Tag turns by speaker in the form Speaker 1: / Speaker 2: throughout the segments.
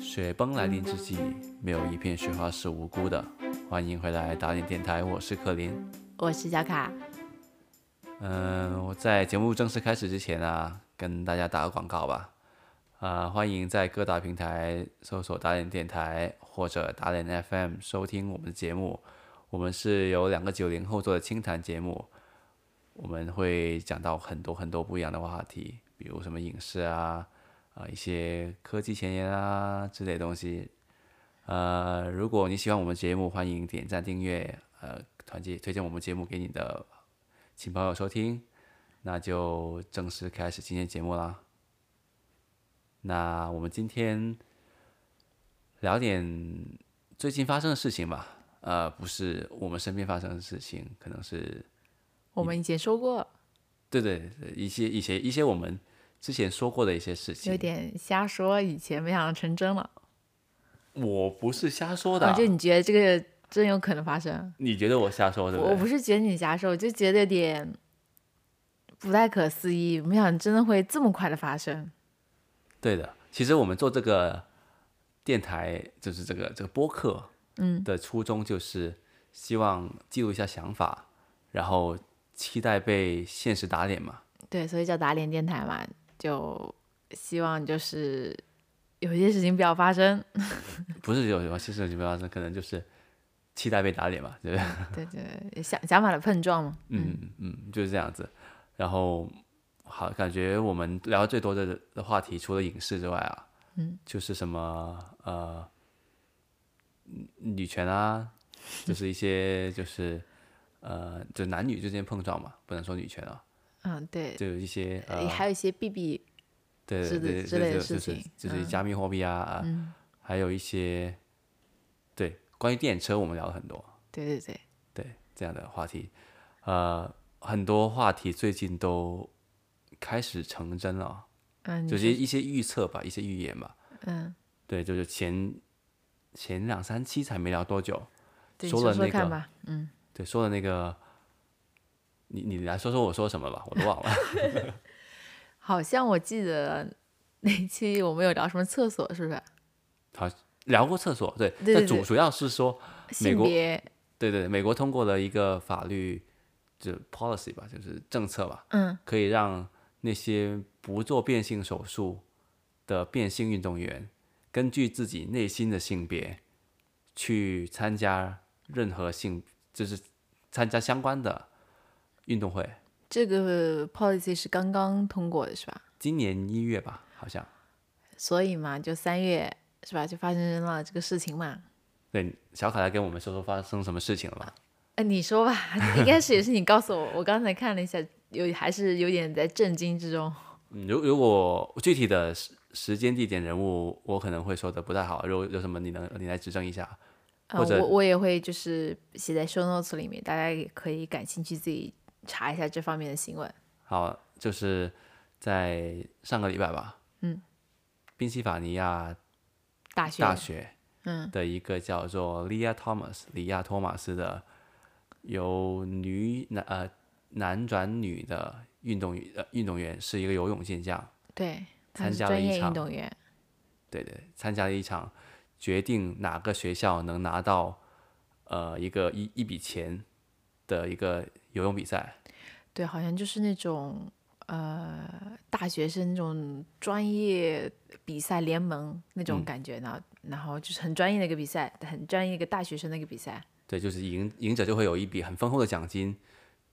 Speaker 1: 雪崩来临之际，没有一片雪花是无辜的。欢迎回来打点电台，我是克林。
Speaker 2: 我是小卡。
Speaker 1: 嗯，我在节目正式开始之前啊，跟大家打个广告吧。啊、欢迎在各大平台搜索“打脸电台”或者“打脸 FM” 收听我们的节目。我们是由两个九零后做的清谈节目，我们会讲到很多很多不一样的话题，比如什么影视啊，啊、一些科技前沿啊之类的东西。呃，如果你喜欢我们节目，欢迎点赞、订阅，呃，团结推荐我们节目给你的请朋友收听。那就正式开始今天节目啦。那我们今天聊点最近发生的事情吧，呃，不是我们身边发生的事情，可能是
Speaker 2: 我们以前说
Speaker 1: 嗯
Speaker 2: 过，
Speaker 1: 对对对一些一些一些我们之前说过的一些事
Speaker 2: 有
Speaker 1: 情。
Speaker 2: 点瞎说，以前没想到成真了。
Speaker 1: 我不是瞎说的
Speaker 2: 我
Speaker 1: 啊，
Speaker 2: 哦就你觉得这个真有可能发生？
Speaker 1: 你觉得我瞎说对
Speaker 2: 我不
Speaker 1: 对？
Speaker 2: 是觉得你瞎说，我就觉得有点不太可思议，没想到真的会这么快的发生。
Speaker 1: 对的，其实我们做这个电台，就是这个这个播客，
Speaker 2: 嗯，
Speaker 1: 的初衷就是希望记录一下想法，然后期待被现实打脸嘛。
Speaker 2: 对，所以叫打脸电台嘛，就希望就是有些事情不要发生。
Speaker 1: 不是有什么现实情况发生，可能就是期待被打脸嘛，对不对？
Speaker 2: 对对对，想想法的碰撞嘛。
Speaker 1: 嗯嗯，就是这样子。然后好，感觉我们聊最多的的话题，除了影视之外啊，嗯，就是什么呃，嗯女权啊，就是一些就是呃，就男女之间碰撞嘛，不能说女权啊，
Speaker 2: 嗯，对，
Speaker 1: 就有一些呃，
Speaker 2: 还有一些 BB
Speaker 1: 对对
Speaker 2: 哎之类
Speaker 1: 对，
Speaker 2: 之类
Speaker 1: 就
Speaker 2: 的
Speaker 1: 就
Speaker 2: 事
Speaker 1: 是
Speaker 2: 情嗯
Speaker 1: 就是加密货币啊，啊还有一些对关于电车，我们聊了很多，
Speaker 2: 对对对，
Speaker 1: 对这样的话题，呃，很多话题最近都开始成真了，
Speaker 2: 嗯，
Speaker 1: 就是
Speaker 2: 你说
Speaker 1: 一些预测吧，一些预言吧。
Speaker 2: 嗯，
Speaker 1: 对，就是前前两三期才没聊多久，
Speaker 2: 对，
Speaker 1: 说
Speaker 2: 说
Speaker 1: 了
Speaker 2: 说
Speaker 1: 那
Speaker 2: 看
Speaker 1: 个
Speaker 2: 吧。嗯，
Speaker 1: 对，说的那个，你你来说说我说什么吧，我都忘 了。
Speaker 2: 好像我记得 那期我们有聊什么厕所，是不是？
Speaker 1: 聊过厕所，对，但
Speaker 2: 对对
Speaker 1: 主
Speaker 2: 对
Speaker 1: 主要是说，美
Speaker 2: 性
Speaker 1: 国
Speaker 2: 别，
Speaker 1: 对对，美国通过了一个法律，就 policy 吧，就是政策吧，
Speaker 2: 嗯，
Speaker 1: 可以让那些不做变性手术的变性运动员，根据自己内心的性别去参加任何性，就是参加相关的运动会。
Speaker 2: 这个 policy 是刚刚通过的，是吧？
Speaker 1: 今年一月吧，好像
Speaker 2: 所以嘛，就三月是吧，就发生了这个事情嘛。
Speaker 1: 对小卡来跟我们说说发生什么事情了吧？
Speaker 2: 呃，你说吧，一开始也是你告诉我，我刚才看了一下，有还是有点在震惊之中。
Speaker 1: 嗯，如如果具体的时时间、地点、人物，我可能会说的不太好。如果有什么你能你来指正一下。
Speaker 2: 呃，
Speaker 1: 或者
Speaker 2: 我我也会就是写在 show notes 里面，大家也可以感兴趣自己查一下这方面的新闻。
Speaker 1: 好，就是在上个礼拜吧，
Speaker 2: 嗯，
Speaker 1: 宾夕法尼亚
Speaker 2: 大学，
Speaker 1: 大学
Speaker 2: 嗯
Speaker 1: 的一个叫做 Lia Thomas 里亚托马斯的，由女男呃男转女的运动员呃运动员是一个游泳健将，
Speaker 2: 对，他
Speaker 1: 参
Speaker 2: 是
Speaker 1: 加了
Speaker 2: 专
Speaker 1: 一
Speaker 2: 业
Speaker 1: 场
Speaker 2: 运动员，
Speaker 1: 对对，参加了一场决定哪个学校能拿到呃一个一一笔钱的一个游泳比赛，
Speaker 2: 对，好像就是那种呃大学生那种专业比赛联盟那种
Speaker 1: 嗯
Speaker 2: 感觉呢，然后就是很专业的一个比赛，很专业的一个大学生的一个比赛。
Speaker 1: 对，就是赢赢者就会有一笔很丰厚的奖金，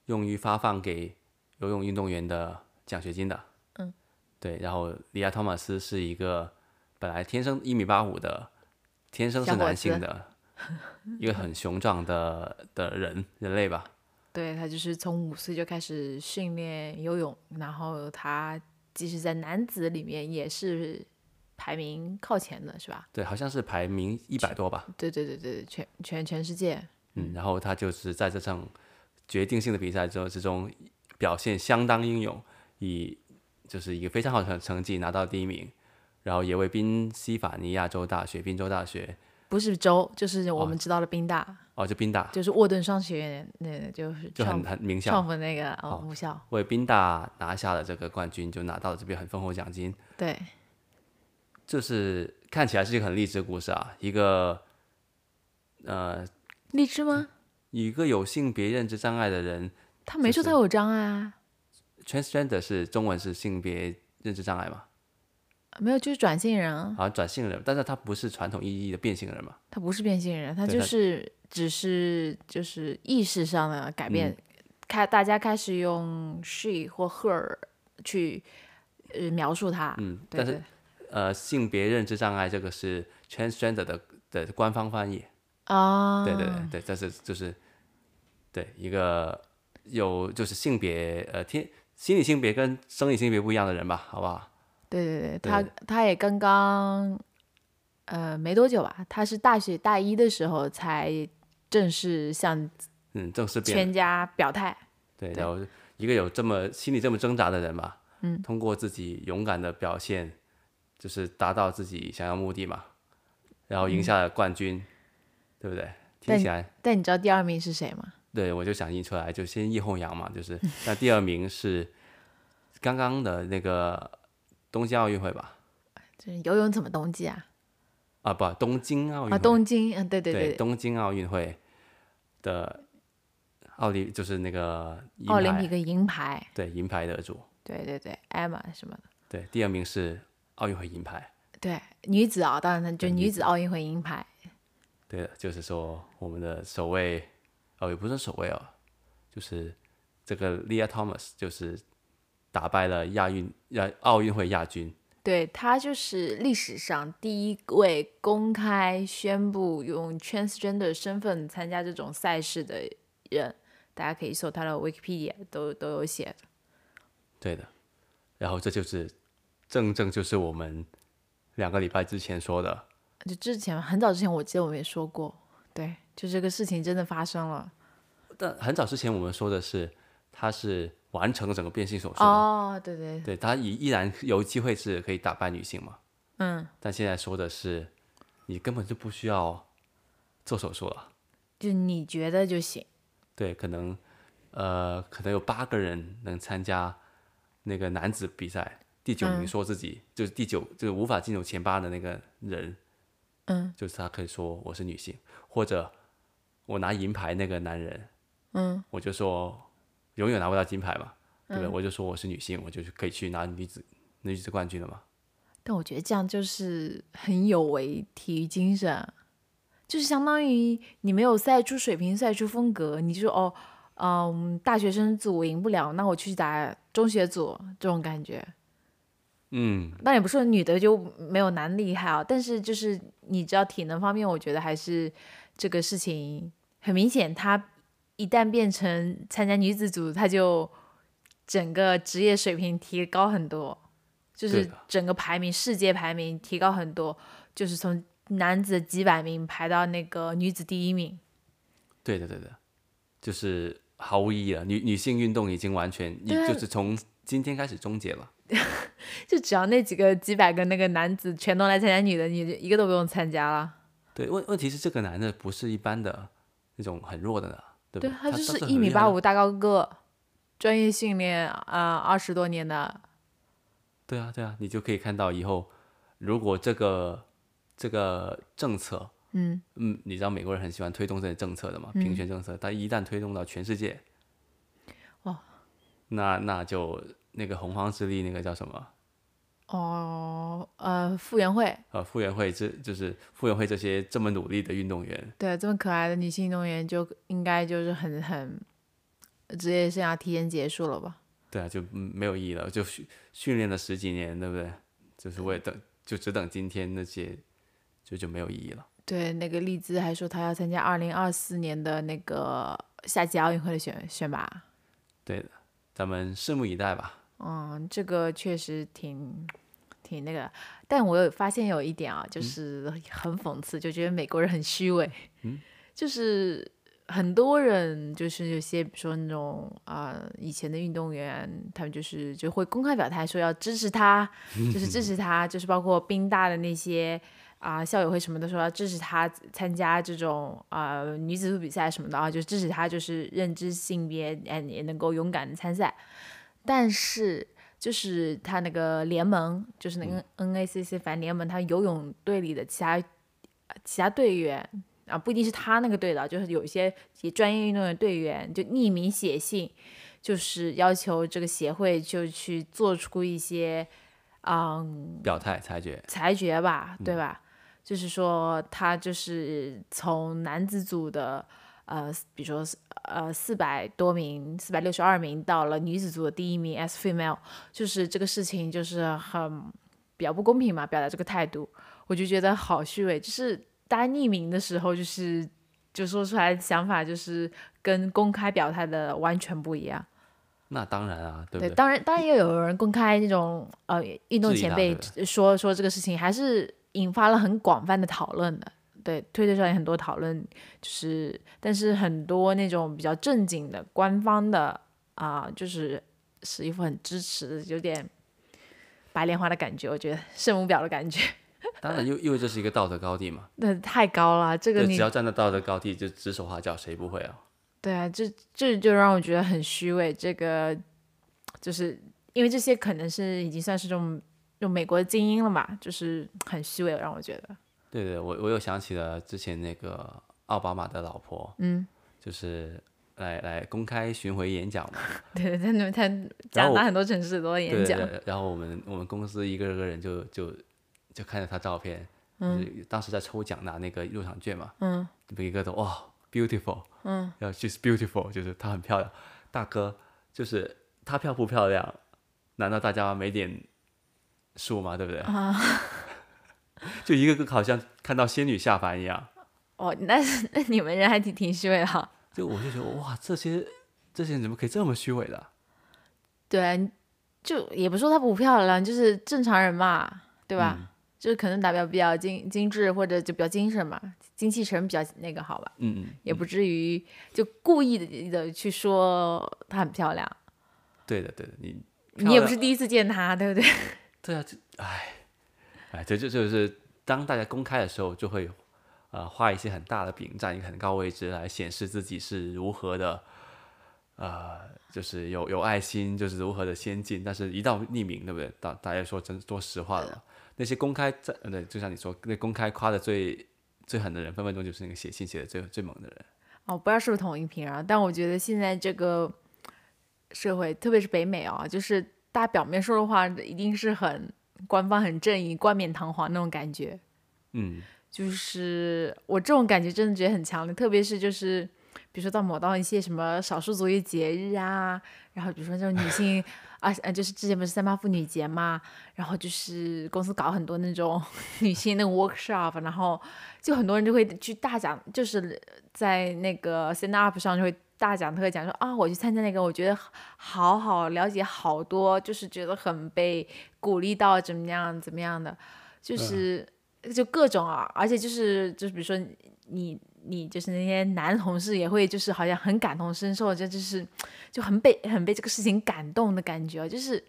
Speaker 1: 用于发放给游泳运动员的奖学金的。
Speaker 2: 嗯，
Speaker 1: 对。然后利亚·托马斯是一个本来天生一米八五的，天生是
Speaker 2: 小伙
Speaker 1: 男性
Speaker 2: 子
Speaker 1: 的，一个很雄壮的的人人类吧。
Speaker 2: 对他就是从五岁就开始训练游泳，然后他即使在男子里面也是排名靠前的，是吧？
Speaker 1: 对，好像是排名一百多吧。
Speaker 2: 对对对对，全全全世界，
Speaker 1: 嗯，然后他就是在这场决定性的比赛之后之中表现相当英勇，以就是一个非常好的成绩拿到第一名，然后也为宾夕法尼亚州大学、宾州大学
Speaker 2: 不是州，就是我
Speaker 1: 哦
Speaker 2: 们知道的宾大，
Speaker 1: 哦，就宾大，
Speaker 2: 就是沃顿商学院，那就是
Speaker 1: 就很
Speaker 2: 创
Speaker 1: 很名校
Speaker 2: 创。的那个
Speaker 1: 好
Speaker 2: 哦母校，
Speaker 1: 为宾大拿下了这个冠军，就拿到了这笔很丰厚的奖金。
Speaker 2: 对
Speaker 1: 就是看起来是一个很励志的故事啊，一个呃，
Speaker 2: 励志吗？
Speaker 1: 一个有性别认知障碍的人
Speaker 2: 他没说他有障碍啊，
Speaker 1: ，transgender 是中文是性别认知障碍嘛，
Speaker 2: 没有，就是转性人啊，
Speaker 1: 好像转性人，但是他不是传统意义的变性人嘛，
Speaker 2: 他不是变性人，他
Speaker 1: 对
Speaker 2: 就
Speaker 1: 他
Speaker 2: 是只是就是意识上的改变，
Speaker 1: 嗯
Speaker 2: 开大家开始用 she 或 her 去呃描述他，
Speaker 1: 嗯，
Speaker 2: 对
Speaker 1: 但是
Speaker 2: 对
Speaker 1: 呃，性别认知障碍这个是 transgender 的的官方翻译，
Speaker 2: 啊，
Speaker 1: 对对对对，这是就是对一个有就是性别呃天心理性别跟生理性别不一样的人吧，好不好？
Speaker 2: 对对对，
Speaker 1: 对
Speaker 2: 他他也刚刚，呃，没多久吧，他是大学大一的时候才正式向
Speaker 1: 嗯，正式变
Speaker 2: 全家表态。
Speaker 1: 对，
Speaker 2: 对
Speaker 1: 然后一个有这么心里这么挣扎的人嘛，
Speaker 2: 嗯，
Speaker 1: 通过自己勇敢的表现，就是达到自己想要目的嘛，然后赢下了冠军，对不对？听
Speaker 2: 嗯但
Speaker 1: 起来，
Speaker 2: 但你知道第二名是谁吗？
Speaker 1: 对我就想印出来，就先抑后扬嘛，就是那第二名是刚刚的那个东京奥运会吧？
Speaker 2: 就是游泳怎么冬季啊？
Speaker 1: 啊，不，东京奥运会，
Speaker 2: 啊，东京，嗯，对对对，
Speaker 1: 东京奥运会的奥利就是那个银
Speaker 2: 奥林
Speaker 1: 牌
Speaker 2: 匹克银牌，
Speaker 1: 对银牌得主，
Speaker 2: 对对对，Emma 什么的，
Speaker 1: 对，第二名是奥运会银牌。
Speaker 2: 对，女子啊，当然她就
Speaker 1: 对女
Speaker 2: 女子奥运会银牌，
Speaker 1: 对的，就是说我们的首位，哦，也不是首位哦，就是这个 Leah Thomas 就是打败了亚运亚奥运会亚军，
Speaker 2: 对她就是历史上第一位公开宣布用 transgender 身份参加这种赛事的人，大家可以搜她的 Wikipedia 都都有写的。
Speaker 1: 对的。然后这就是正正就是我们两个礼拜之前说的，
Speaker 2: 就之前很早之前，我记得我们也说过，对，就这个事情真的发生了。
Speaker 1: 但很早之前我们说的是她是完成了整个变性手术嘛，
Speaker 2: 哦，对对，
Speaker 1: 对她依依然有机会是可以打败女性嘛。
Speaker 2: 嗯，
Speaker 1: 但现在说的是你根本就不需要做手术了。
Speaker 2: 就你觉得就行。
Speaker 1: 对，可能呃，可能有八个人能参加那个男子比赛，第九
Speaker 2: 嗯
Speaker 1: 名说自己、就是第九，就是无法进入前八的那个人，
Speaker 2: 嗯，
Speaker 1: 就是他可以说我是女性，或者我拿银牌那个男人，
Speaker 2: 嗯，
Speaker 1: 我就说永远拿不到金牌嘛，对不对？我就说我是女性，我就去可以去拿女子女子冠军了嘛。
Speaker 2: 但我觉得这样就是很有违体育精神，啊就是相当于你没有赛出水平、赛出风格，你就哦，嗯，大学生组我赢不了，那我去打中学组这种感觉。
Speaker 1: 嗯，
Speaker 2: 那也不是说女的就没有男厉害啊，但是就是你知道体能方面，我觉得还是这个事情很明显，她一旦变成参加女子组，她就整个职业水平提高很多，就
Speaker 1: 对
Speaker 2: 是
Speaker 1: 的
Speaker 2: 整个排名世界排名提高很多，就是从男子几百名排到那个女子第一名。
Speaker 1: 对的，对的，就是毫无意义了。女女性运动已经完全，已
Speaker 2: 对啊
Speaker 1: 就是从今天开始终结了。
Speaker 2: 就只要那几个几百个那个男子全都来参加女的，你就一个都不用参加了。
Speaker 1: 对，问问题是这个男的不是一般的那种很弱的呢，对不
Speaker 2: 对
Speaker 1: 对？
Speaker 2: 他就是
Speaker 1: 很
Speaker 2: 一
Speaker 1: 厉
Speaker 2: 米
Speaker 1: 害的
Speaker 2: 八五，大高个，专业训练啊二十多年的，
Speaker 1: 对啊对啊，你就可以看到以后如果这个这个政策，
Speaker 2: 嗯
Speaker 1: 嗯，你知道美国人很喜欢推动这些政策的嘛，平权政策，但一旦推动到全世界，
Speaker 2: 哇，
Speaker 1: 那那就那个洪荒之力那个叫什么？
Speaker 2: 哦呃傅园慧，
Speaker 1: 呃，傅园慧这就是傅园慧这些这么努力的运动员，
Speaker 2: 对这么可爱的女性运动员就应该就是很很职业生涯提前结束了吧？
Speaker 1: 对啊，就嗯没有意义了，就训训练了十几年，对不对？就是为了等，就只等今天那些，就就没有意义了。
Speaker 2: 对，那个丽兹还说她要参加二零二四年的那个夏季奥运会的选选拔，
Speaker 1: 对的，咱们拭目以待吧。
Speaker 2: 嗯，这个确实挺挺那个，但我有发现有一点啊，就是很讽刺，就觉得美国人很虚伪， 就是很多人就是有些比如说那种啊、呃以前的运动员，他们就是就会公开表态说要支持他，就是支持他，就是包括宾大的那些啊、校友会什么的说要支持他参加这种啊、女子组比赛什么的啊，就支持他就是认知性别，哎，也能够勇敢的参赛。但是就是他那个联盟，就是那个 NACC 反联盟，他游泳队里的其他其他队员啊，不一定是他那个队的，就是有一些也专业运动员队员就匿名写信，就是要求这个协会就去做出一些，嗯，
Speaker 1: 表态裁决，
Speaker 2: 裁决吧，对吧？就是说他就是从男子组的呃，比如说呃四百多名、四百六十二名到了女子组的第一名 S female，就是这个事情就是很比较不公平嘛，表达这个态度，我就觉得好虚伪。就是大家匿名的时候，就是就说出来的想法，就是跟公开表态的完全不一样。
Speaker 1: 那当然啊，对不
Speaker 2: 对，
Speaker 1: 对？
Speaker 2: 当然，当然也有人公开那种呃运动
Speaker 1: 质疑
Speaker 2: 前
Speaker 1: 他
Speaker 2: 辈
Speaker 1: 对
Speaker 2: 说说这个事情，还是引发了很广泛的讨论的。对，推特上有很多讨论，就是但是很多那种比较正经的、官方的啊、就是史蒂夫很支持的，有点白莲花的感觉，我觉得圣母婊的感觉，
Speaker 1: 当然，因为因为这是一个道德高地嘛，
Speaker 2: 那太高了，这个
Speaker 1: 对，
Speaker 2: 你
Speaker 1: 只要站在道德高地就指手画脚，谁不会啊？
Speaker 2: 对啊，这这就让我觉得很虚伪。这个就是因为这些可能是已经算是这种就美国的精英了嘛，就是很虚伪，让我觉得。
Speaker 1: 对对，我我又想起了之前那个奥巴马的老婆，
Speaker 2: 嗯，
Speaker 1: 就是来来公开巡回演讲嘛，
Speaker 2: 对，在那他加拿
Speaker 1: 我
Speaker 2: 大很多城市都在演
Speaker 1: 对
Speaker 2: 讲，
Speaker 1: 对，然后我们我们公司一个个人就就就看着他照片，嗯，当时在抽奖拿那个入场券嘛，嗯，每个都哇 beautiful，嗯，然后 she's beautiful，就是她很漂亮，大哥，就是她漂不漂亮，难道大家没点数吗？对不对？啊， 就一个个好像看到仙女下凡一样，
Speaker 2: 哦，那是那你们人还挺挺虚伪的哈。
Speaker 1: 就我就觉得哇，这些这些人怎么可以这么虚伪的？
Speaker 2: 对，啊就也不说她不漂亮，就是正常人嘛，对吧？
Speaker 1: 嗯
Speaker 2: 就是可能打扮比较精精致，或者就比较精神嘛，精气神比较那个好吧。
Speaker 1: 嗯嗯，
Speaker 2: 也不至于就故意的的去说她很漂亮。
Speaker 1: 对的对的，你
Speaker 2: 你也
Speaker 1: 漂
Speaker 2: 不
Speaker 1: 亮
Speaker 2: 是第一次见她，对不对？
Speaker 1: 对啊，这哎哎，这这就是当大家公开的时候，就会呃画一些很大的饼，占一个很高位置来显示自己是如何的呃，就是有有爱心，就是如何的先进。但是，一到匿名，对不对？大大家说真说实话了，那些公开在呃对，就像你说，那公开夸的最最狠的人，分分钟就是那个写信写的最最猛的人。
Speaker 2: 哦，不知道是不是同一批人啊，但我觉得现在这个社会，特别是北美啊，就是大家表面说的话一定是很官方、很正义、冠冕堂皇那种感觉。
Speaker 1: 嗯，
Speaker 2: 就是我这种感觉真的觉得很强烈，特别是就是比如说到某到一些什么少数族裔节日啊，然后比如说这种女性啊，呃，就是之前不是三八妇女节嘛，然后就是公司搞很多那种 女性那个 workshop，然后就很多人就会去大讲，就是在那个 stand up 上就会。大讲特讲说啊，我去参加那个，我觉得好好了解好多，就是觉得很被鼓励到怎么样怎么样的，就是、就各种啊，而且就是就是比如说你你你就是那些男同事也会就是好像很感同身受，这就是就很被很被这个事情感动的感觉啊，就是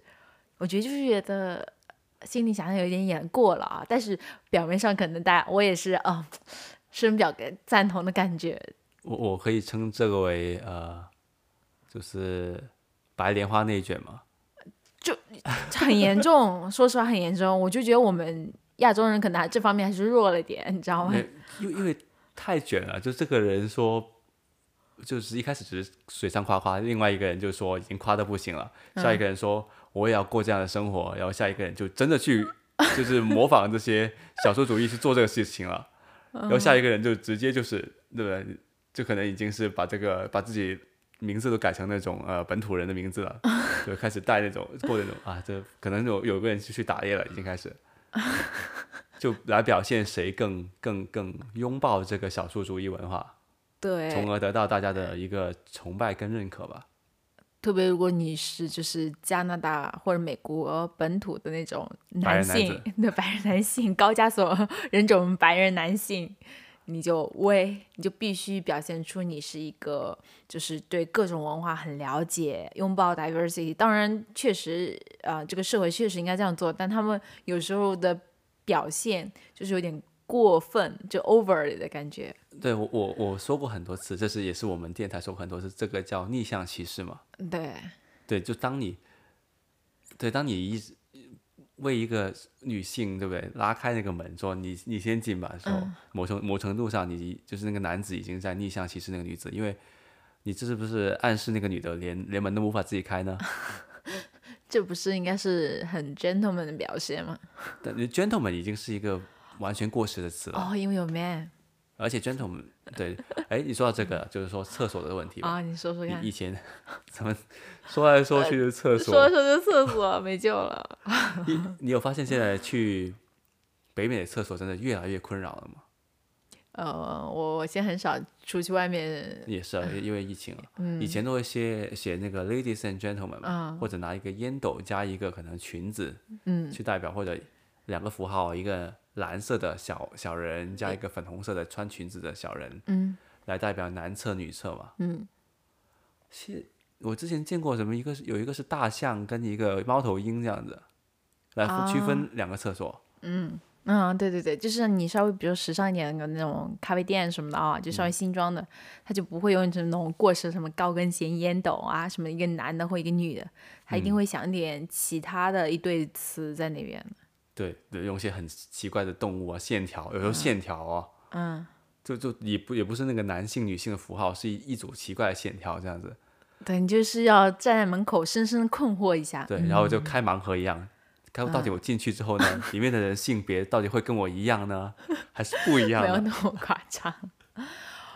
Speaker 2: 我觉得就是觉得心里想想有一点演过了啊，但是表面上可能大家我也是啊、深表赞同的感觉，
Speaker 1: 我我可以称这个为呃，就是白莲花内卷嘛。
Speaker 2: 很严重，说实话很严重，我就觉得我们亚洲人可能还这方面还是弱了点，你知道吗
Speaker 1: 没？因为因为太卷了，就这个人说，就是一开始只是水上夸夸，另外一个人就说已经夸的不行了，下一个人说我也要过这样的生活，然后下一个人就真的去就是模仿这些少数主义去做这个事情了，然后下一个人就直接就是对不对？就可能已经是把这个把自己。名字都改成那种呃本土人的名字了，就开始带那种过那种啊，这可能有有个人就去打猎了，已经开始。就来表现谁更更更拥抱这个少数族裔文化，
Speaker 2: 对，
Speaker 1: 从而得到大家的一个崇拜跟认可吧。
Speaker 2: 特别如果你是就是加拿大或者美国本土的那种
Speaker 1: 白
Speaker 2: 男
Speaker 1: 人男
Speaker 2: 性，对白人男性高加索 人种白人男性，你就威，你就必须表现出你是一个就是对各种文化很了解，拥抱 diversity。当然，确实啊、呃这个社会确实应该这样做，但他们有时候的表现就是有点过分，就 over 的感觉。
Speaker 1: 对我我我说过很多次，这是也是我们电台说过很多次，这个叫逆向歧视嘛。
Speaker 2: 对，
Speaker 1: 对，就当你，对，当你一直为一个女性，对不对，拉开那个门说你你先进吧的时候，某程某程度上你，就是那个男子已经在逆向歧视那个女子，因为你这是不是暗示那个女的连连门都无法自己开呢？
Speaker 2: 这不是应该是很 gentleman 的表现吗？
Speaker 1: 但 gentleman 已经是一个完全过时的词了，
Speaker 2: 哦，因为有 man
Speaker 1: 而且 gentleman 对，哎，你说到这个，就是说厕所的问题吧。
Speaker 2: 啊，你说说看
Speaker 1: 以以，前 咱们说来说去就是厕所，
Speaker 2: 呃说说就厕所 没救了。
Speaker 1: 你你有发现现在去北美的厕所真的越来越困扰了吗？
Speaker 2: 呃，我我现在很少出去外面，
Speaker 1: 也是啊，因为疫情啊，
Speaker 2: 嗯
Speaker 1: 以前都会写写那个 ladies and gentlemen 嘛，或者拿一个烟斗加一个可能裙子，嗯，去代表或者两个符号，一个蓝色的小小人加一个粉红色的穿裙子的小人，
Speaker 2: 嗯，
Speaker 1: 来代表男厕女厕嘛。
Speaker 2: 嗯，
Speaker 1: 是我之前见过什么，一个是有一个是大象跟一个猫头鹰这样子，来分
Speaker 2: 哦
Speaker 1: 区分两个厕所。
Speaker 2: 嗯，对对对，就是你稍微比如时尚一点的那种咖啡店什么的啊，
Speaker 1: 嗯
Speaker 2: 就稍微新装的，他就不会用什么那种过时的什么高跟鞋、烟斗啊，什么一个男的或一个女的，他一
Speaker 1: 嗯
Speaker 2: 定会想点其他的一对词在那边。
Speaker 1: 对对，用一些很奇怪的动物啊，线条，有时候线条啊，
Speaker 2: 嗯，
Speaker 1: 就就也不也不是那个男性女性的符号，是一一组奇怪的线条这样子。
Speaker 2: 对你就是要站在门口深深的困惑一下。
Speaker 1: 对，然后就
Speaker 2: 嗯
Speaker 1: 开盲盒一样，看到底我进去之后呢，里面的人性别到底会跟我一样呢，还是不一样
Speaker 2: 没有
Speaker 1: 呢？
Speaker 2: 那么夸张。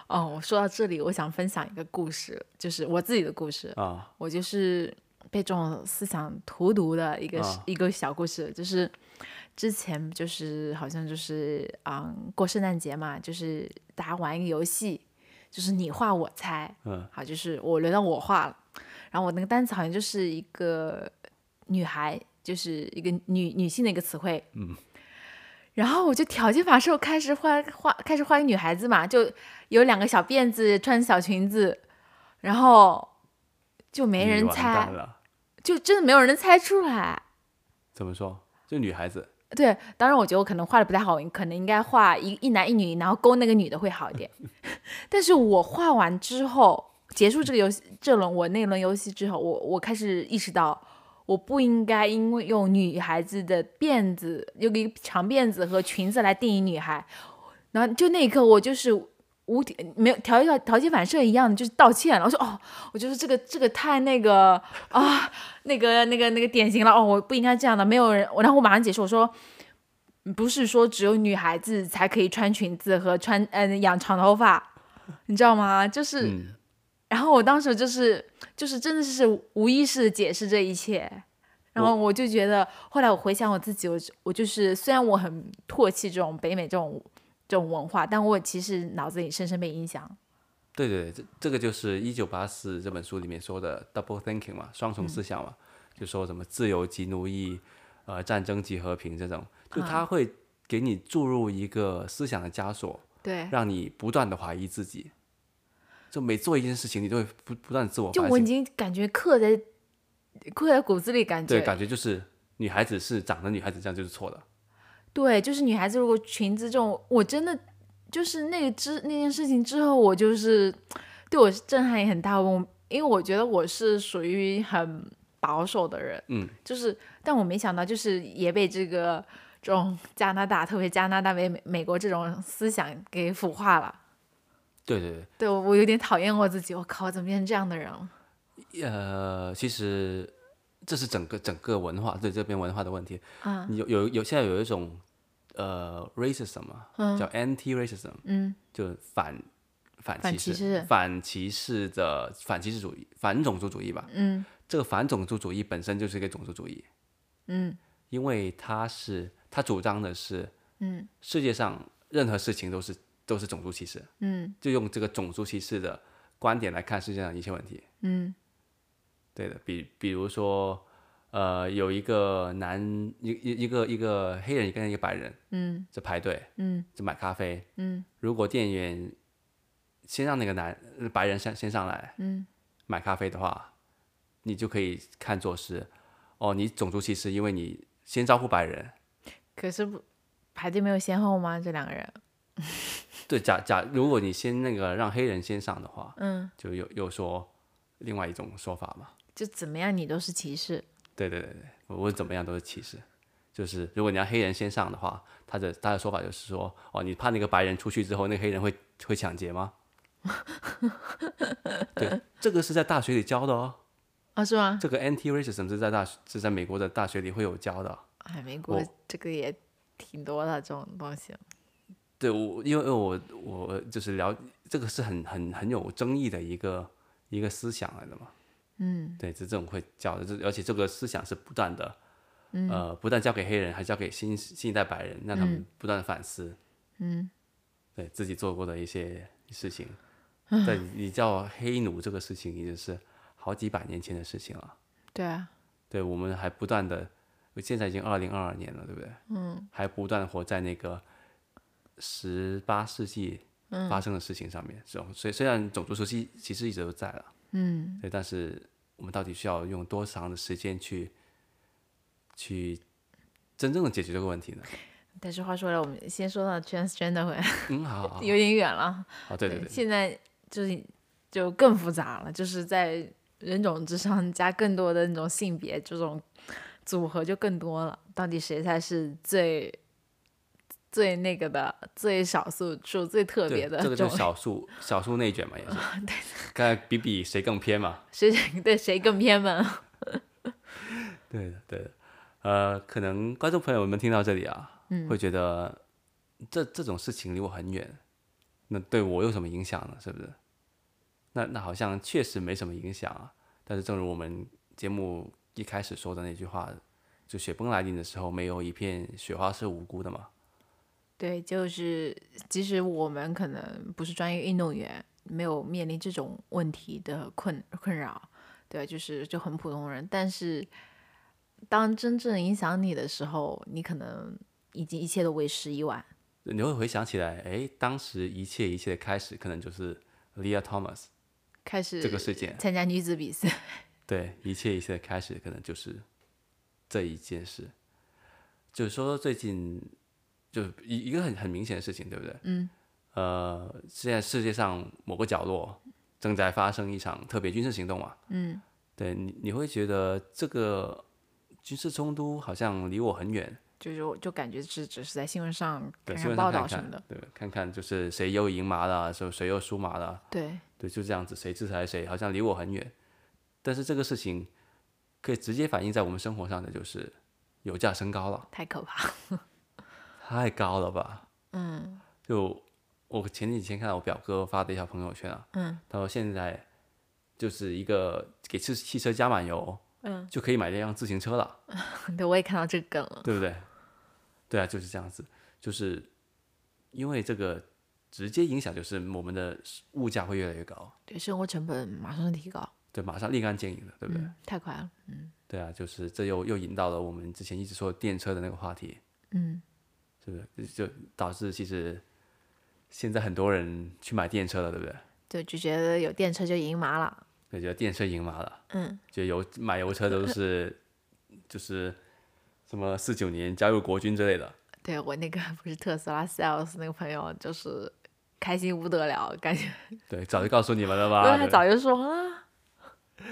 Speaker 2: 哦，我说到这里，我想分享一个故事，就是我自己的故事。
Speaker 1: 啊，
Speaker 2: 我就是被这种思想荼毒的一个、
Speaker 1: 啊
Speaker 2: 一个小故事，就是之前就是好像就是嗯过圣诞节嘛，就是大家玩一个游戏，就是你画我猜，
Speaker 1: 嗯，
Speaker 2: 好，就是我轮到我画了，然后我那个单词好像就是一个女孩，就是一个女女性的一个词汇，嗯。 然后我就条件反射我开始画画，开始画一个女孩子嘛，就有两个小辫子，穿小裙子，然后就没
Speaker 1: 你
Speaker 2: 人
Speaker 1: 完
Speaker 2: 猜
Speaker 1: 蛋，了，
Speaker 2: 就真的没有人猜出来。
Speaker 1: 怎么说？就女孩子，
Speaker 2: 对，当然我觉得我可能画的不太好，可能应该画一一男一女，然后勾那个女的会好一点。 但是我画完之后，结束这个游戏这轮我那轮游戏之后，我我开始意识到，我不应该因为用女孩子的辫子，用一个长辫子和裙子来定义女孩。然后就那一刻，我就是无条没有条条条件反射一样的，就是道歉了。我说哦，我就是这个这个太那个啊，那个那个那个典型了哦，我不应该这样的，没有人。我然后我马上解释，我说不是说只有女孩子才可以穿裙子和穿嗯、养长头发，你知道吗？就是，
Speaker 1: 嗯
Speaker 2: 然后我当时就是就是真的是无意识的解释这一切。然后我就觉得，后来我回想我自己，我我就是虽然我很唾弃这种北美这种这种文化，但我其实脑子里深深被影响。
Speaker 1: 对对对，这这个就是《一九八四》这本书里面说的 double thinking 嘛，双重思想嘛，就说什么自由即奴役，呃，战争即和平这种，就它会给你注入一个思想的枷锁，
Speaker 2: 对，
Speaker 1: 让你不断的怀疑自己。就每做一件事情，你都会不不断地自我
Speaker 2: 就
Speaker 1: 反
Speaker 2: 我已
Speaker 1: 省，
Speaker 2: 经感觉刻在刻在骨子里，感
Speaker 1: 对，
Speaker 2: 觉
Speaker 1: 感觉就是女孩子是长得女孩子这样就是错的。
Speaker 2: 对就是女孩子如果裙子这种，我真的就是那个之那件事情之后，我就是对我震撼也很大。我因为我觉得我是属于很保守的人，
Speaker 1: 嗯，
Speaker 2: 就是但我没想到，就是也被这个这种加拿大，特别加拿大美美国这种思想给腐化了。
Speaker 1: 对对
Speaker 2: 对我，我有点讨厌我自己。我靠，我怎么变成这样的人了？
Speaker 1: 对，呃，其实这是整个整个文化对这边文化的问题。
Speaker 2: 啊
Speaker 1: 你有有有现在有一种呃 racism 嘛，叫 anti racism，
Speaker 2: 嗯，
Speaker 1: 就反反
Speaker 2: 反
Speaker 1: 歧
Speaker 2: 歧
Speaker 1: 视
Speaker 2: 视
Speaker 1: 反歧视的反歧视主义、反种族主义吧。
Speaker 2: 嗯
Speaker 1: 这个反种族主义本身就是一个种族主义，
Speaker 2: 嗯
Speaker 1: 因为它是它主张的是
Speaker 2: 嗯
Speaker 1: 世界上任何事情都是都是种族歧视，
Speaker 2: 嗯
Speaker 1: 就用这个种族歧视的观点来看世界上一切问题。
Speaker 2: 嗯
Speaker 1: 对的，比比如说，呃，有一个男一一一个一个黑人跟一个白人
Speaker 2: 嗯
Speaker 1: 在排队，
Speaker 2: 嗯
Speaker 1: 就买咖啡。
Speaker 2: 嗯
Speaker 1: 如果店员先让那个男呃白人先先上来
Speaker 2: 嗯
Speaker 1: 买咖啡的话，你就可以看作是，哦，你种族歧视，因为你先招呼白人。
Speaker 2: 可是不排队没有先后吗？这两个人，
Speaker 1: 对，假假如果你先那个让黑人先上的话，
Speaker 2: 嗯，
Speaker 1: 就又又说另外一种说法嘛。
Speaker 2: 就怎么样你都是歧视，
Speaker 1: 对对对对，我我怎么样都是歧视。就是如果你让黑人先上的话，他的他的说法就是说，哦，你怕那个白人出去之后，那个黑人会会抢劫吗？ 对，这个是在大学里教的哦。
Speaker 2: 哦，是吗？
Speaker 1: 这个 anti racism 是在大学是在美国的大学里会有教的。
Speaker 2: 哎，美国
Speaker 1: 我
Speaker 2: 这个也挺多的这种东西，
Speaker 1: 对我，因为我我就是了，这个是很很很有争议的一个一个思想来的嘛。嗯，对，这这种会教的，这而且这个思想是不断的，呃，不但交给黑人，还交给新新一代白人，让他们不断的反思，嗯，对自己做过的一些事情。对，你叫黑奴这个事情已经是好几百年前的事情了。
Speaker 2: 对啊，
Speaker 1: 对，我们还不断的，现在已经二零二二年了，对不对？嗯，还不断地活在那个十八世纪
Speaker 2: 嗯
Speaker 1: 发生的事情上面，是吧？所以虽然种族熟悉其实一直都在了，嗯，对，但是我们到底需要用多长的时间去去真正的解决这个问题呢？
Speaker 2: 但是话说回来，我们先说到 transgender 回来，
Speaker 1: 嗯，好好好，
Speaker 2: 有点远了。
Speaker 1: 好对对对，
Speaker 2: 现在就是就更复杂了，就是在人种之上加更多的那种性别这种组合就更多了。到底谁才是最最那个的、最少数、数最特别
Speaker 1: 对
Speaker 2: 的
Speaker 1: 这
Speaker 2: 种
Speaker 1: 个就
Speaker 2: 类？
Speaker 1: 是少数少数内卷嘛，也 是，刚才比比谁更偏嘛，
Speaker 2: 谁谁对谁更偏门？
Speaker 1: 对的，对的，呃，可能观众朋友们听到这里啊，会觉得这这种事情离我很远，那对我有什么影响呢？是不是？那那好像确实没什么影响啊。但是正如我们节目一开始说的那句话，就雪崩来临的时候，没有一片雪花是无辜的嘛。
Speaker 2: 对，就是即使我们可能不是专业运动员，没有面临这种问题的困困扰，对，就是就很普通人。但是，当真正影响你的时候，你可能已经一切都为时已晚。
Speaker 1: 你会回想起来，哎，当时一切一切的开始，可能就是 Leah Thomas
Speaker 2: 开始
Speaker 1: 这个事件。
Speaker 2: 参加女子比赛，
Speaker 1: 对，一切一切的开始，可能就是这一件事。就是说，最近就是一一个很很明显的事情，对不对？嗯。呃，现在世界上某个角落正在发生一场特别军事行动嘛。嗯。对你，你会觉得这个军事冲突好像离我很远，
Speaker 2: 就是我就感觉只只是在新闻上
Speaker 1: 对，
Speaker 2: 看
Speaker 1: 新闻
Speaker 2: 报
Speaker 1: 上
Speaker 2: 道
Speaker 1: 看
Speaker 2: 什么
Speaker 1: 看
Speaker 2: 的，，
Speaker 1: 对，看看就是谁又赢麻了，谁谁又输麻了，
Speaker 2: 对，
Speaker 1: 对，就这样子，谁制裁谁，好像离我很远。但是这个事情可以直接反映在我们生活上的，就是油价升高了，
Speaker 2: 太可怕了。
Speaker 1: 太高了吧？嗯，就我前几天看到我表哥发的一条朋友圈啊，嗯，他说现在就是一个给汽汽车加满油，嗯，就可以买一辆自行车了，
Speaker 2: 对，我也看到这个梗了。
Speaker 1: 对不 对？对啊，就是这样子，就是因为这个直接影响就是我们的物价会越来越高，
Speaker 2: 对，生活成本马上提高，
Speaker 1: 对，马上立竿见影的，对不对？
Speaker 2: 嗯，太快了。
Speaker 1: 对啊，就是这又又引到了我们之前一直说电车的那个话题，
Speaker 2: 嗯，
Speaker 1: 是不是？就导致其实现在很多人去买电车了，对不对？
Speaker 2: 对，就觉得有电车就赢麻了。
Speaker 1: 就觉得电车赢麻了，
Speaker 2: 嗯，
Speaker 1: 觉得油买油车都是就是什么四九年加入国军之类的，
Speaker 2: 对我那个不是特斯拉 sales 那个朋友，就是开心不得了，感觉
Speaker 1: 对，早就告诉你们了吧？
Speaker 2: 对
Speaker 1: 啊对
Speaker 2: 他早就说啊，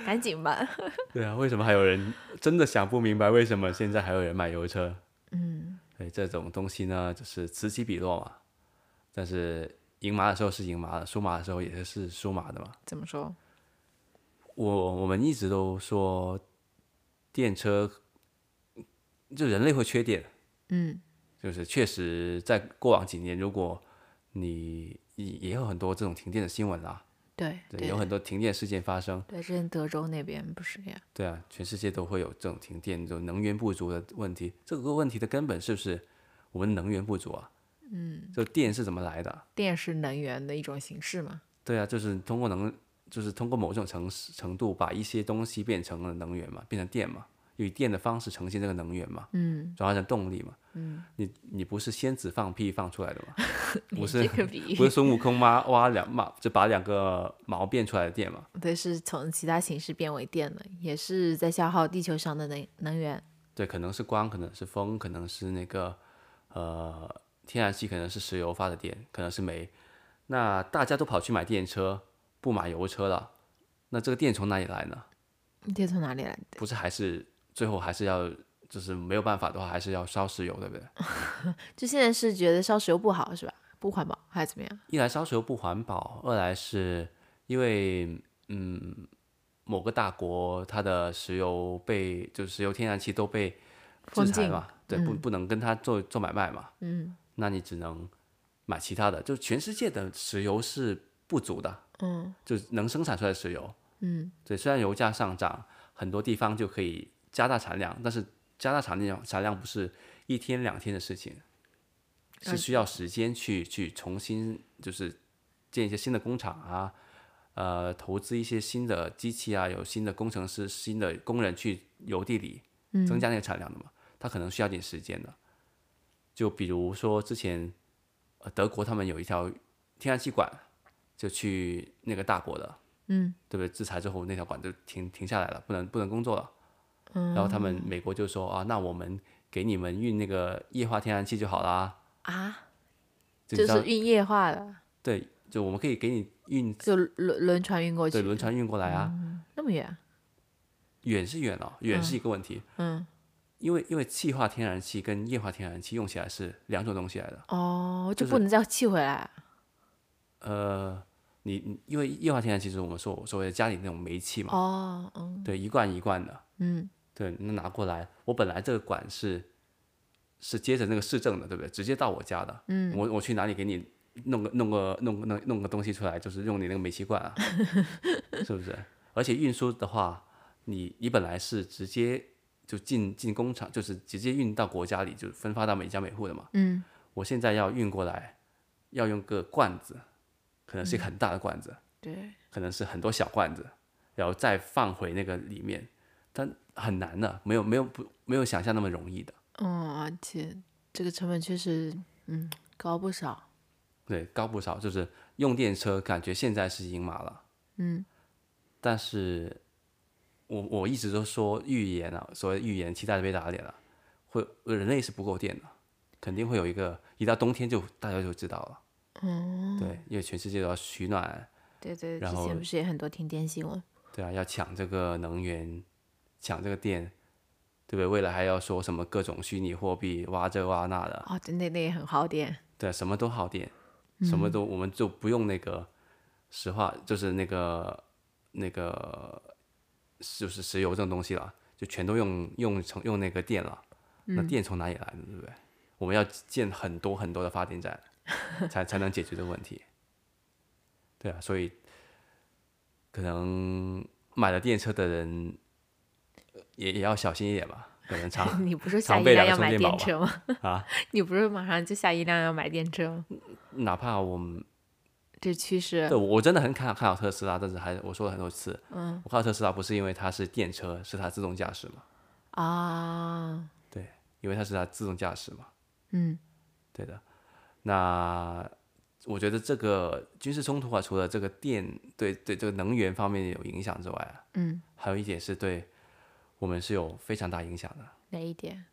Speaker 2: 赶紧吧。
Speaker 1: 对啊，为什么还有人真的想不明白为什么现在还有人买油车？嗯，对，这种东西呢，就是此起彼落嘛。但是赢麻的时候是赢麻的，输麻的时候也是输麻的嘛。
Speaker 2: 怎么说？
Speaker 1: 我我们一直都说，电车就人类会缺电，
Speaker 2: 嗯，
Speaker 1: 就是确实在过往几年，如果你也也有很多这种停电的新闻啦，
Speaker 2: 对
Speaker 1: 对，有很多停电事件发生，
Speaker 2: 对，之前德州那边不是呀？
Speaker 1: 对啊，全世界都会有这种停电、这种能源不足的问题。这个问题的根本是不是我们能源不足啊？嗯，就电是怎么来的啊？
Speaker 2: 电是能源的一种形式嘛？
Speaker 1: 对啊，就是通过能，就是通过某种程程度把一些东西变成了能源嘛，变成电嘛，以电的方式呈现这个能源嘛，嗯，转化成动力嘛，嗯，你你不是仙子放屁放出来的 嘛，不
Speaker 2: 你
Speaker 1: 是
Speaker 2: 这个比
Speaker 1: 不
Speaker 2: 喻，
Speaker 1: 是孙悟空妈挖两嘛，就把两个毛变出来的电嘛，
Speaker 2: 对，是从其他形式变为电的，也是在消耗地球上的能能源。
Speaker 1: 对，可能是光，可能是风，可能是那个呃，天然气可能是石油发的电，可能是煤，那大家都跑去买电车，不买油车了，那这个电从哪里来呢？
Speaker 2: 电从哪里来？
Speaker 1: 不是还是最后还是要就是没有办法的话，还是要烧石油，对不对？
Speaker 2: 就现在是觉得烧石油不好是吧？不环保还是怎么样？
Speaker 1: 一来烧石油不环保，二来是因为嗯某个大国它的石油被就是石油天然气都被
Speaker 2: 封
Speaker 1: 制裁
Speaker 2: 禁
Speaker 1: 嘛，对，不不能跟它做做买卖嘛，嗯，那你只能买其他的，就全世界的石油是不足的，嗯，就能生产出来的石油，嗯，对，虽然油价上涨，很多地方就可以加大产量，但是加大产量产量不是一天两天的事情，是需要时间去去重新就是建一些新的工厂啊，呃，投资一些新的机器啊，有新的工程师、新的工人去邮地里增加那个产量的嘛，它可能需要点时间的。就比如说之前，呃，德国他们有一条天然气管，就去那个大国的，嗯，对不对？制裁之后那条管就停停下来了，不能不能工作了。嗯，然后他们美国就说啊，那我们给你们运那个液化天然气就好啦。
Speaker 2: 啊，
Speaker 1: 就
Speaker 2: 就
Speaker 1: 你知道
Speaker 2: 是运液化的，
Speaker 1: 对，就我们可以给你运
Speaker 2: 就轮轮船运过
Speaker 1: 对
Speaker 2: 去，
Speaker 1: 轮船运过来啊，
Speaker 2: 那么远啊，
Speaker 1: 远是远了，远是一个问题。嗯，因为因为气化天然气跟液化天然气用起来是两种东西来的。
Speaker 2: 哦，就
Speaker 1: 就是
Speaker 2: 不能再气回来啊。
Speaker 1: 呃，你你因为液化天然气就是我们说所谓的家里那种煤气嘛，
Speaker 2: 哦，嗯
Speaker 1: 对，一罐一罐的，
Speaker 2: 嗯，
Speaker 1: 对，那拿过来，我本来这个管是是接着那个市政的，对不对？直接到我家的，嗯，我我去哪里给你弄个弄个弄个弄弄个东西出来，就是用你那个煤气罐啊，是不是？而且运输的话，你你本来是直接就进进工厂，就是直接运到国家里，就分发到每家每户的嘛，
Speaker 2: 嗯，
Speaker 1: 我现在要运过来，要用个罐子，可能是一个很大的罐子，
Speaker 2: 对，
Speaker 1: 可能是很多小罐子，然后再放回那个里面，但很难的，没有没有不没有想象那么容易的。
Speaker 2: 嗯，而且这个成本确实，嗯，高不少。
Speaker 1: 对，高不少。就是用电车，感觉现在是赢麻了。嗯，但是我我一直都说预言啊，所谓预言期待被打脸了、啊会人类是不够电的，肯定会有一个一到冬天就大家就知道了。嗯，对，因为全世界都要取暖，
Speaker 2: 对对，
Speaker 1: 然
Speaker 2: 之
Speaker 1: 后
Speaker 2: 前不是也很多停电新闻？
Speaker 1: 对啊，要抢这个能源，抢这个电，对不对？未来还要说什么各种虚拟货币，挖这挖那的，
Speaker 2: 哦，对，那那也很耗电。
Speaker 1: 对啊，什么都耗电，什么都我们就不用那个石化，就是那个那个就是石油这种东西了，就全都用用成用那个电了。那电从哪里来呢？对不对？我们要建很多很多的发电站，才才能解决这个问题。对啊，所以可能买了电车的人呃也也要小心一点吧，可能常
Speaker 2: 你不是
Speaker 1: 啊常
Speaker 2: 下一
Speaker 1: 备
Speaker 2: 辆
Speaker 1: 两
Speaker 2: 要
Speaker 1: 个充
Speaker 2: 买
Speaker 1: 电
Speaker 2: 电
Speaker 1: 宝吧
Speaker 2: 车吗？
Speaker 1: 啊，
Speaker 2: 你不是马上就下一辆要买电车吗？
Speaker 1: 哪怕我们
Speaker 2: 这趋势
Speaker 1: 对，我真的很看好看好特斯拉，但是还我说了很多次，嗯，我看好特斯拉不是因为它是电车，是它自动驾驶嘛，
Speaker 2: 啊，
Speaker 1: 对，因为它是它自动驾驶嘛，
Speaker 2: 嗯，
Speaker 1: 对的。那我觉得这个军事冲突啊，除了这个电对对这个能源方面有影响之外啊，
Speaker 2: 嗯，
Speaker 1: 还有一点是对我们是有非常大影响的。
Speaker 2: 哪一点？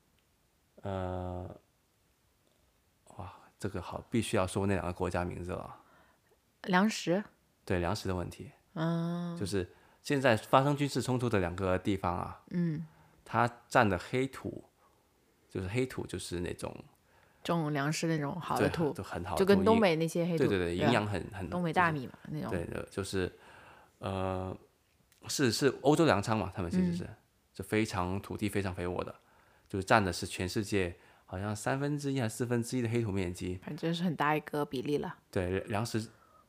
Speaker 1: 呃，哇，这个好，必须要说那两个国家名字了。
Speaker 2: 粮食？
Speaker 1: 对粮食的问题，
Speaker 2: 嗯
Speaker 1: 就是现在发生军事冲突的两个地方啊，
Speaker 2: 嗯，
Speaker 1: 它占的黑土，就是黑土就是那种
Speaker 2: 种粮食那种好
Speaker 1: 对
Speaker 2: 的土，
Speaker 1: 就很好的土，
Speaker 2: 就跟东
Speaker 1: 营
Speaker 2: 北那些黑土，
Speaker 1: 对对对，
Speaker 2: 吧
Speaker 1: 营养很很
Speaker 2: 东北大米嘛那种。
Speaker 1: 对的，就是呃，是是欧洲粮仓嘛，他们其
Speaker 2: 嗯
Speaker 1: 实是、就非常土地非常肥沃的，就是占的是全世界好像三分之一还是四分之一的黑土面积，
Speaker 2: 反正是很大一个比例了，
Speaker 1: 对粮食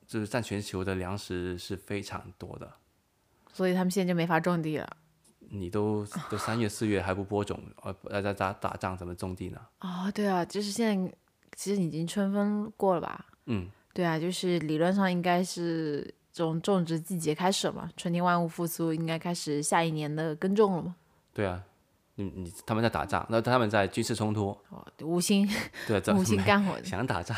Speaker 1: 就是占全球的粮食是非常多的，
Speaker 2: 所以他们现在就没法种地了。
Speaker 1: 你都都三月四月还不播种，呃，大家打打仗怎么种地呢？
Speaker 2: 哦，对啊，就是现在其实已经春分过了吧？
Speaker 1: 嗯，
Speaker 2: 对啊，就是理论上应该是从种植季节开始嘛，春天万物复苏，应该开始下一年的耕种了嘛。
Speaker 1: 对啊，你你他们在打仗，那他们在军事冲突，
Speaker 2: 哦，无心
Speaker 1: 对，啊怎么
Speaker 2: 无心干 活，
Speaker 1: 想打仗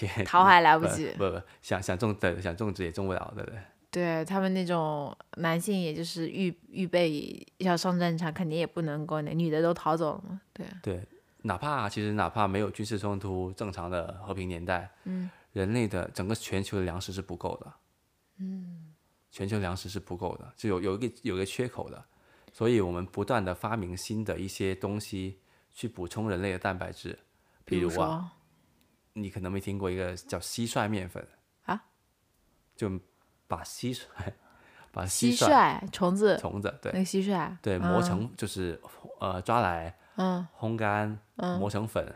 Speaker 1: 也
Speaker 2: 逃还来
Speaker 1: 不
Speaker 2: 不及。
Speaker 1: 不不想想种对想种植也种不了，对不对？
Speaker 2: 对他们那种男性，也就是预预备要上战场，肯定也不能够，女的都逃走了嘛。对啊，
Speaker 1: 对，哪怕其实哪怕没有军事冲突，正常的和平年代，嗯，人类的整个全球的粮食是不够的，嗯，全球粮食是不够的，就有有一个有一个缺口的，所以我们不断的发明新的一些东西去补充人类的蛋白质，比如啊，
Speaker 2: 说
Speaker 1: 你可能没听过一个叫蟋蟀面粉
Speaker 2: 啊，
Speaker 1: 就把蟋蟀把
Speaker 2: 蟋
Speaker 1: 蟋
Speaker 2: 蟀、虫子，
Speaker 1: 虫子对
Speaker 2: 那个蟋蟀，
Speaker 1: 对
Speaker 2: 嗯
Speaker 1: 磨成就是呃抓来
Speaker 2: 嗯，
Speaker 1: 烘干，磨成粉，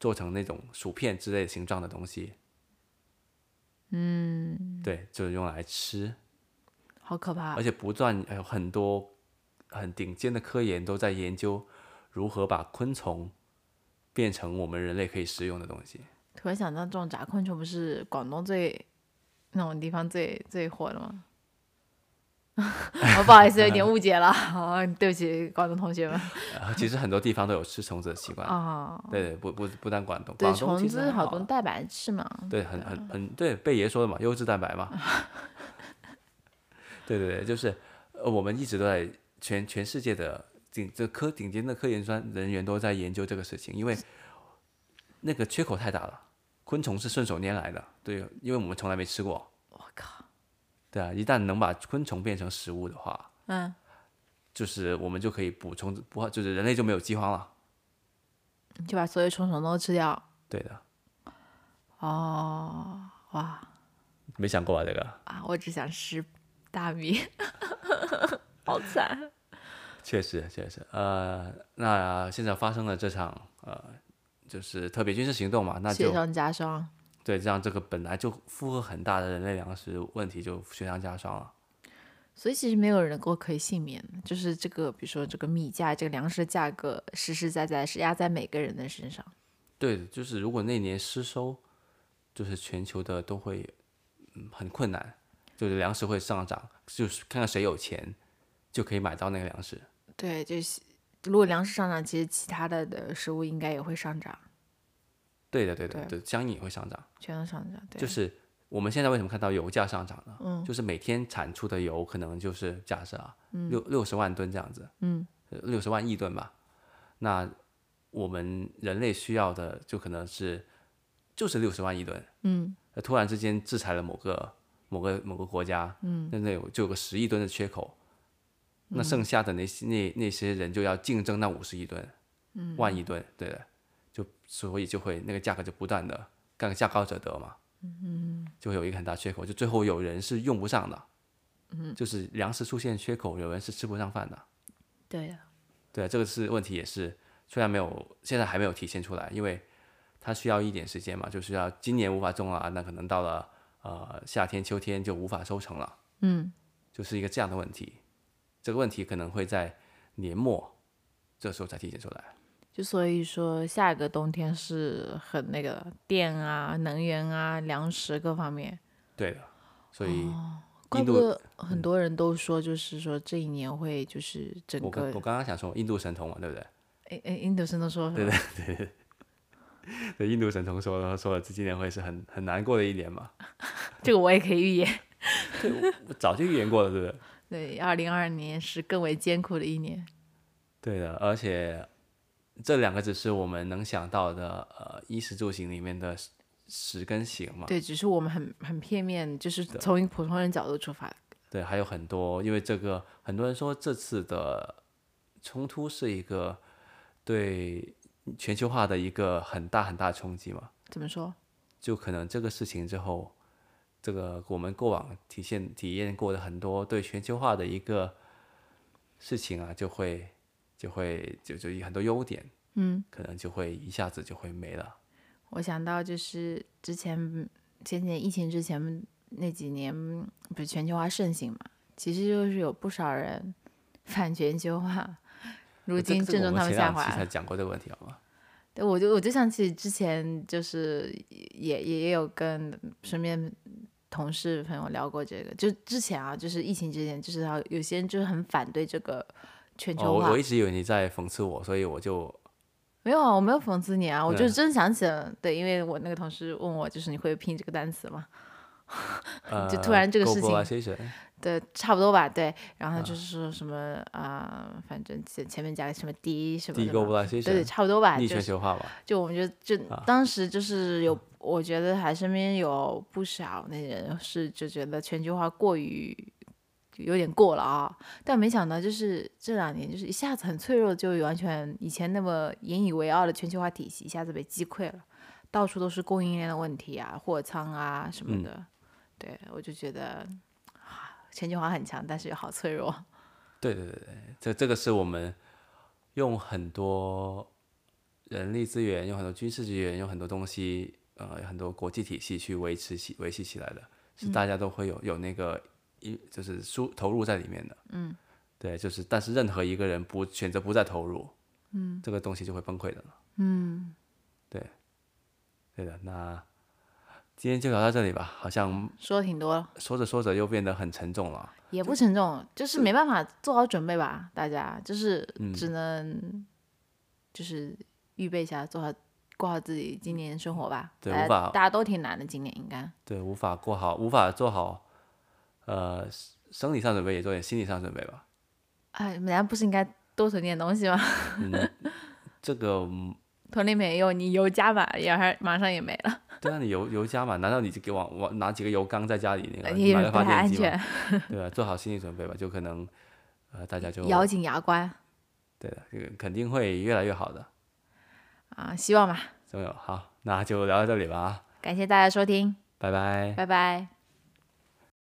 Speaker 1: 做成那种薯片之类形状的东西。嗯，对，就是用来吃，
Speaker 2: 好可怕啊
Speaker 1: 而，且不断还有很多很顶尖的科研都在研究如何把昆虫变成我们人类可以食用的东西。
Speaker 2: 突然想到，这种炸昆虫不是广东最那种地方最最火的吗？ 我不好意思，有点误解了， 哦对不起，广东同学们
Speaker 1: 啊，其实很多地方都有吃虫子的习惯。
Speaker 2: 啊。
Speaker 1: 对对，不不不但广东，
Speaker 2: 对，
Speaker 1: 广东
Speaker 2: 虫
Speaker 1: 其实
Speaker 2: 子
Speaker 1: 还
Speaker 2: 好
Speaker 1: 好啊
Speaker 2: 多蛋白质嘛，
Speaker 1: 对，
Speaker 2: 嗯
Speaker 1: 很很很对，贝爷说的嘛，优质蛋白 嘛。对对对，就是呃，我们一直都在全全世界的顶这科顶尖的科研专人员都在研究这个事情，因为那个缺口太大了，昆虫是顺手拈来的，对，因为我们从来没吃过。
Speaker 2: 我靠，
Speaker 1: 对啊，一旦能把昆虫变成食物的话，
Speaker 2: 嗯，
Speaker 1: 就是我们就可以补充，不就是人类就没有饥荒了。
Speaker 2: 就把所有虫虫都吃掉，
Speaker 1: 对的，
Speaker 2: 哦，哇
Speaker 1: 没想过吧？这个
Speaker 2: 啊！我只想吃大米， 好惨。
Speaker 1: 确实确实，呃，那现在发生了这场呃，就是特别军事行动嘛，那就
Speaker 2: 雪上加霜，
Speaker 1: 对，让这个本来就负荷很大的人类粮食问题就雪上加霜了。
Speaker 2: 所以其实没有人够可以幸免的，就是这个，比如说这个米价、这个粮食的价格，实实在在是压在每个人的身上。
Speaker 1: 对，就是如果那年失收，就是全球的都会嗯很困难，就是粮食会上涨，就是看看谁有钱就可以买到那个粮食。
Speaker 2: 对，就是如果粮食上涨，其实其他的的食物应该也会上涨，
Speaker 1: 对的，对的，
Speaker 2: 对
Speaker 1: 对，相应也会上涨。
Speaker 2: 全都上涨。对，
Speaker 1: 就是我们现在为什么看到油价上涨呢？嗯，就是每天产出的油可能就是假设啊，六六十万吨这样子，
Speaker 2: 嗯，
Speaker 1: 六十万亿吨吧。那我们人类需要的就可能是就是六十万亿吨。
Speaker 2: 嗯，
Speaker 1: 呃突然之间制裁了某个某个某个国家，嗯，那那有就有个十亿吨的缺口，那剩下的那些那那些人就要竞争那五十亿吨，嗯，万亿吨，对的，就所以就会那个价格就不断的干价高者得嘛，嗯，就会有一个很大缺口，就最后有人是用不上的，嗯，就是粮食出现缺口，有人是吃不上饭的，
Speaker 2: 对的，
Speaker 1: 对，这个是问题，也是虽然没有现在还没有体现出来，因为它需要一点时间嘛，就是要今年无法种了，那可能到了呃夏天、秋天就无法收成了，
Speaker 2: 嗯，
Speaker 1: 就是一个这样的问题。这个问题可能会在年末这时候才体现出来。
Speaker 2: 就所以说下一个冬天是很那个电啊、能源啊、粮食各方面。
Speaker 1: 对的，所以
Speaker 2: 怪
Speaker 1: 印
Speaker 2: 不
Speaker 1: 度嗯
Speaker 2: 得很多人都说，就是说这一年会就是整
Speaker 1: 我刚
Speaker 2: 个
Speaker 1: 我刚刚想说印度神童嘛，对不对？
Speaker 2: 哎哎，印度生都说
Speaker 1: 对对，印度神童说了说了，这今年会是很很难过的一年嘛。
Speaker 2: 这个我也可以预言，
Speaker 1: 我早就预言过了，对不对？
Speaker 2: 对，二零二二年是更为艰苦的一年，
Speaker 1: 对的，而且这两个只是我们能想到的，呃，衣食住行里面的十十根弦嘛。
Speaker 2: 对，只是我们很很片面，就是从一个普通人角度出发，
Speaker 1: 对，还有很多，因为这个很多人说这次的冲突是一个对全球化的一个很大很大的冲击嘛，
Speaker 2: 怎么说？
Speaker 1: 就可能这个事情之后，这个我们过往体现体验过的很多对全球化的一个事情啊，就会就会就就很多优点，嗯，可能就会一下子就会没了。
Speaker 2: 我想到就是之前前年疫情之前那几年，不是全球化盛行嘛，其实就是有不少人 反全球化，如
Speaker 1: 呃这
Speaker 2: 今
Speaker 1: 这
Speaker 2: 正
Speaker 1: 个我
Speaker 2: 中他
Speaker 1: 前
Speaker 2: 下
Speaker 1: 两
Speaker 2: 怀
Speaker 1: 期
Speaker 2: 了
Speaker 1: 才。讲过这个问题，好吗？
Speaker 2: 对，我就我就想起之前就是也也也有跟身边同事朋友聊过这个，就之前啊，就是疫情之前，就是他有些人就是很反对这个全
Speaker 1: 哦，
Speaker 2: 球化。
Speaker 1: 我我一直以为你在讽刺我，所以我就
Speaker 2: 没有啊，我没有讽刺你啊，我就
Speaker 1: 嗯
Speaker 2: 真想起了，对，因为我那个同事问我，就是你会拼这个单词吗？
Speaker 1: 呃，
Speaker 2: 就突然这个事情
Speaker 1: globalization
Speaker 2: 对，差不多吧，对。然后就是说什么啊、呃反正前前面加个什么 D 什么的嘛，对
Speaker 1: ，deglobalization，
Speaker 2: 对，差不多吧，
Speaker 1: 逆
Speaker 2: 就
Speaker 1: 全
Speaker 2: 是
Speaker 1: 球化吧，
Speaker 2: 就我们就就当时就是有，我觉得还身边有不少那人是就觉得全球化过于有点过了啊，但没想到就是这两年就是一下子很脆弱，就完全以前那么引以为傲的全球化体系一下子被击溃了，到处都是供应链的问题啊，货仓啊什么的，对我就觉得啊全球化很强，但是又好脆弱，
Speaker 1: 对对对对，这这个是我们用很多人力资源、用很多军事资源、用很多东西，呃，有很多国际体系去维持起维系起来的，是大家都会有有那个一就是输投入在里面的，嗯，对，就是但是任何一个人不选择不再投入，嗯，这个东西就会崩溃的了，嗯，对，对的，那今天就聊到这里吧，好像
Speaker 2: 说的挺多了。
Speaker 1: 说着说着又变得很沉重了。
Speaker 2: 也不沉重，就是没办法做好准备吧，大家就是
Speaker 1: 嗯
Speaker 2: 只能就是预备一下，做好过好自己今年生活吧。
Speaker 1: 对
Speaker 2: 大
Speaker 1: 无
Speaker 2: 家
Speaker 1: 法
Speaker 2: 大家都挺难的，今年应该
Speaker 1: 对，无法过好，无法做好，呃，生生理上准备，也做点心理上准备吧。
Speaker 2: 哎，人家不是应该多囤点东西吗？
Speaker 1: 嗯这个，嗯
Speaker 2: 囤了没用，你油加满，然后马上也没了，
Speaker 1: 对啊，你油油加嘛，难道你就给往往拿几个油缸在家里那个
Speaker 2: 也
Speaker 1: 买个
Speaker 2: 哎不
Speaker 1: 发
Speaker 2: 太
Speaker 1: 电
Speaker 2: 安
Speaker 1: 机嘛？
Speaker 2: 全，
Speaker 1: 对吧、做好心理准备吧，就可能，呃，大家就
Speaker 2: 咬紧牙关
Speaker 1: 对的，这个肯定会越来越好的，
Speaker 2: 啊，希望吧。
Speaker 1: 总有好，那就聊到这里吧啊，
Speaker 2: 感谢大家收听，
Speaker 1: 拜拜。
Speaker 2: 拜拜。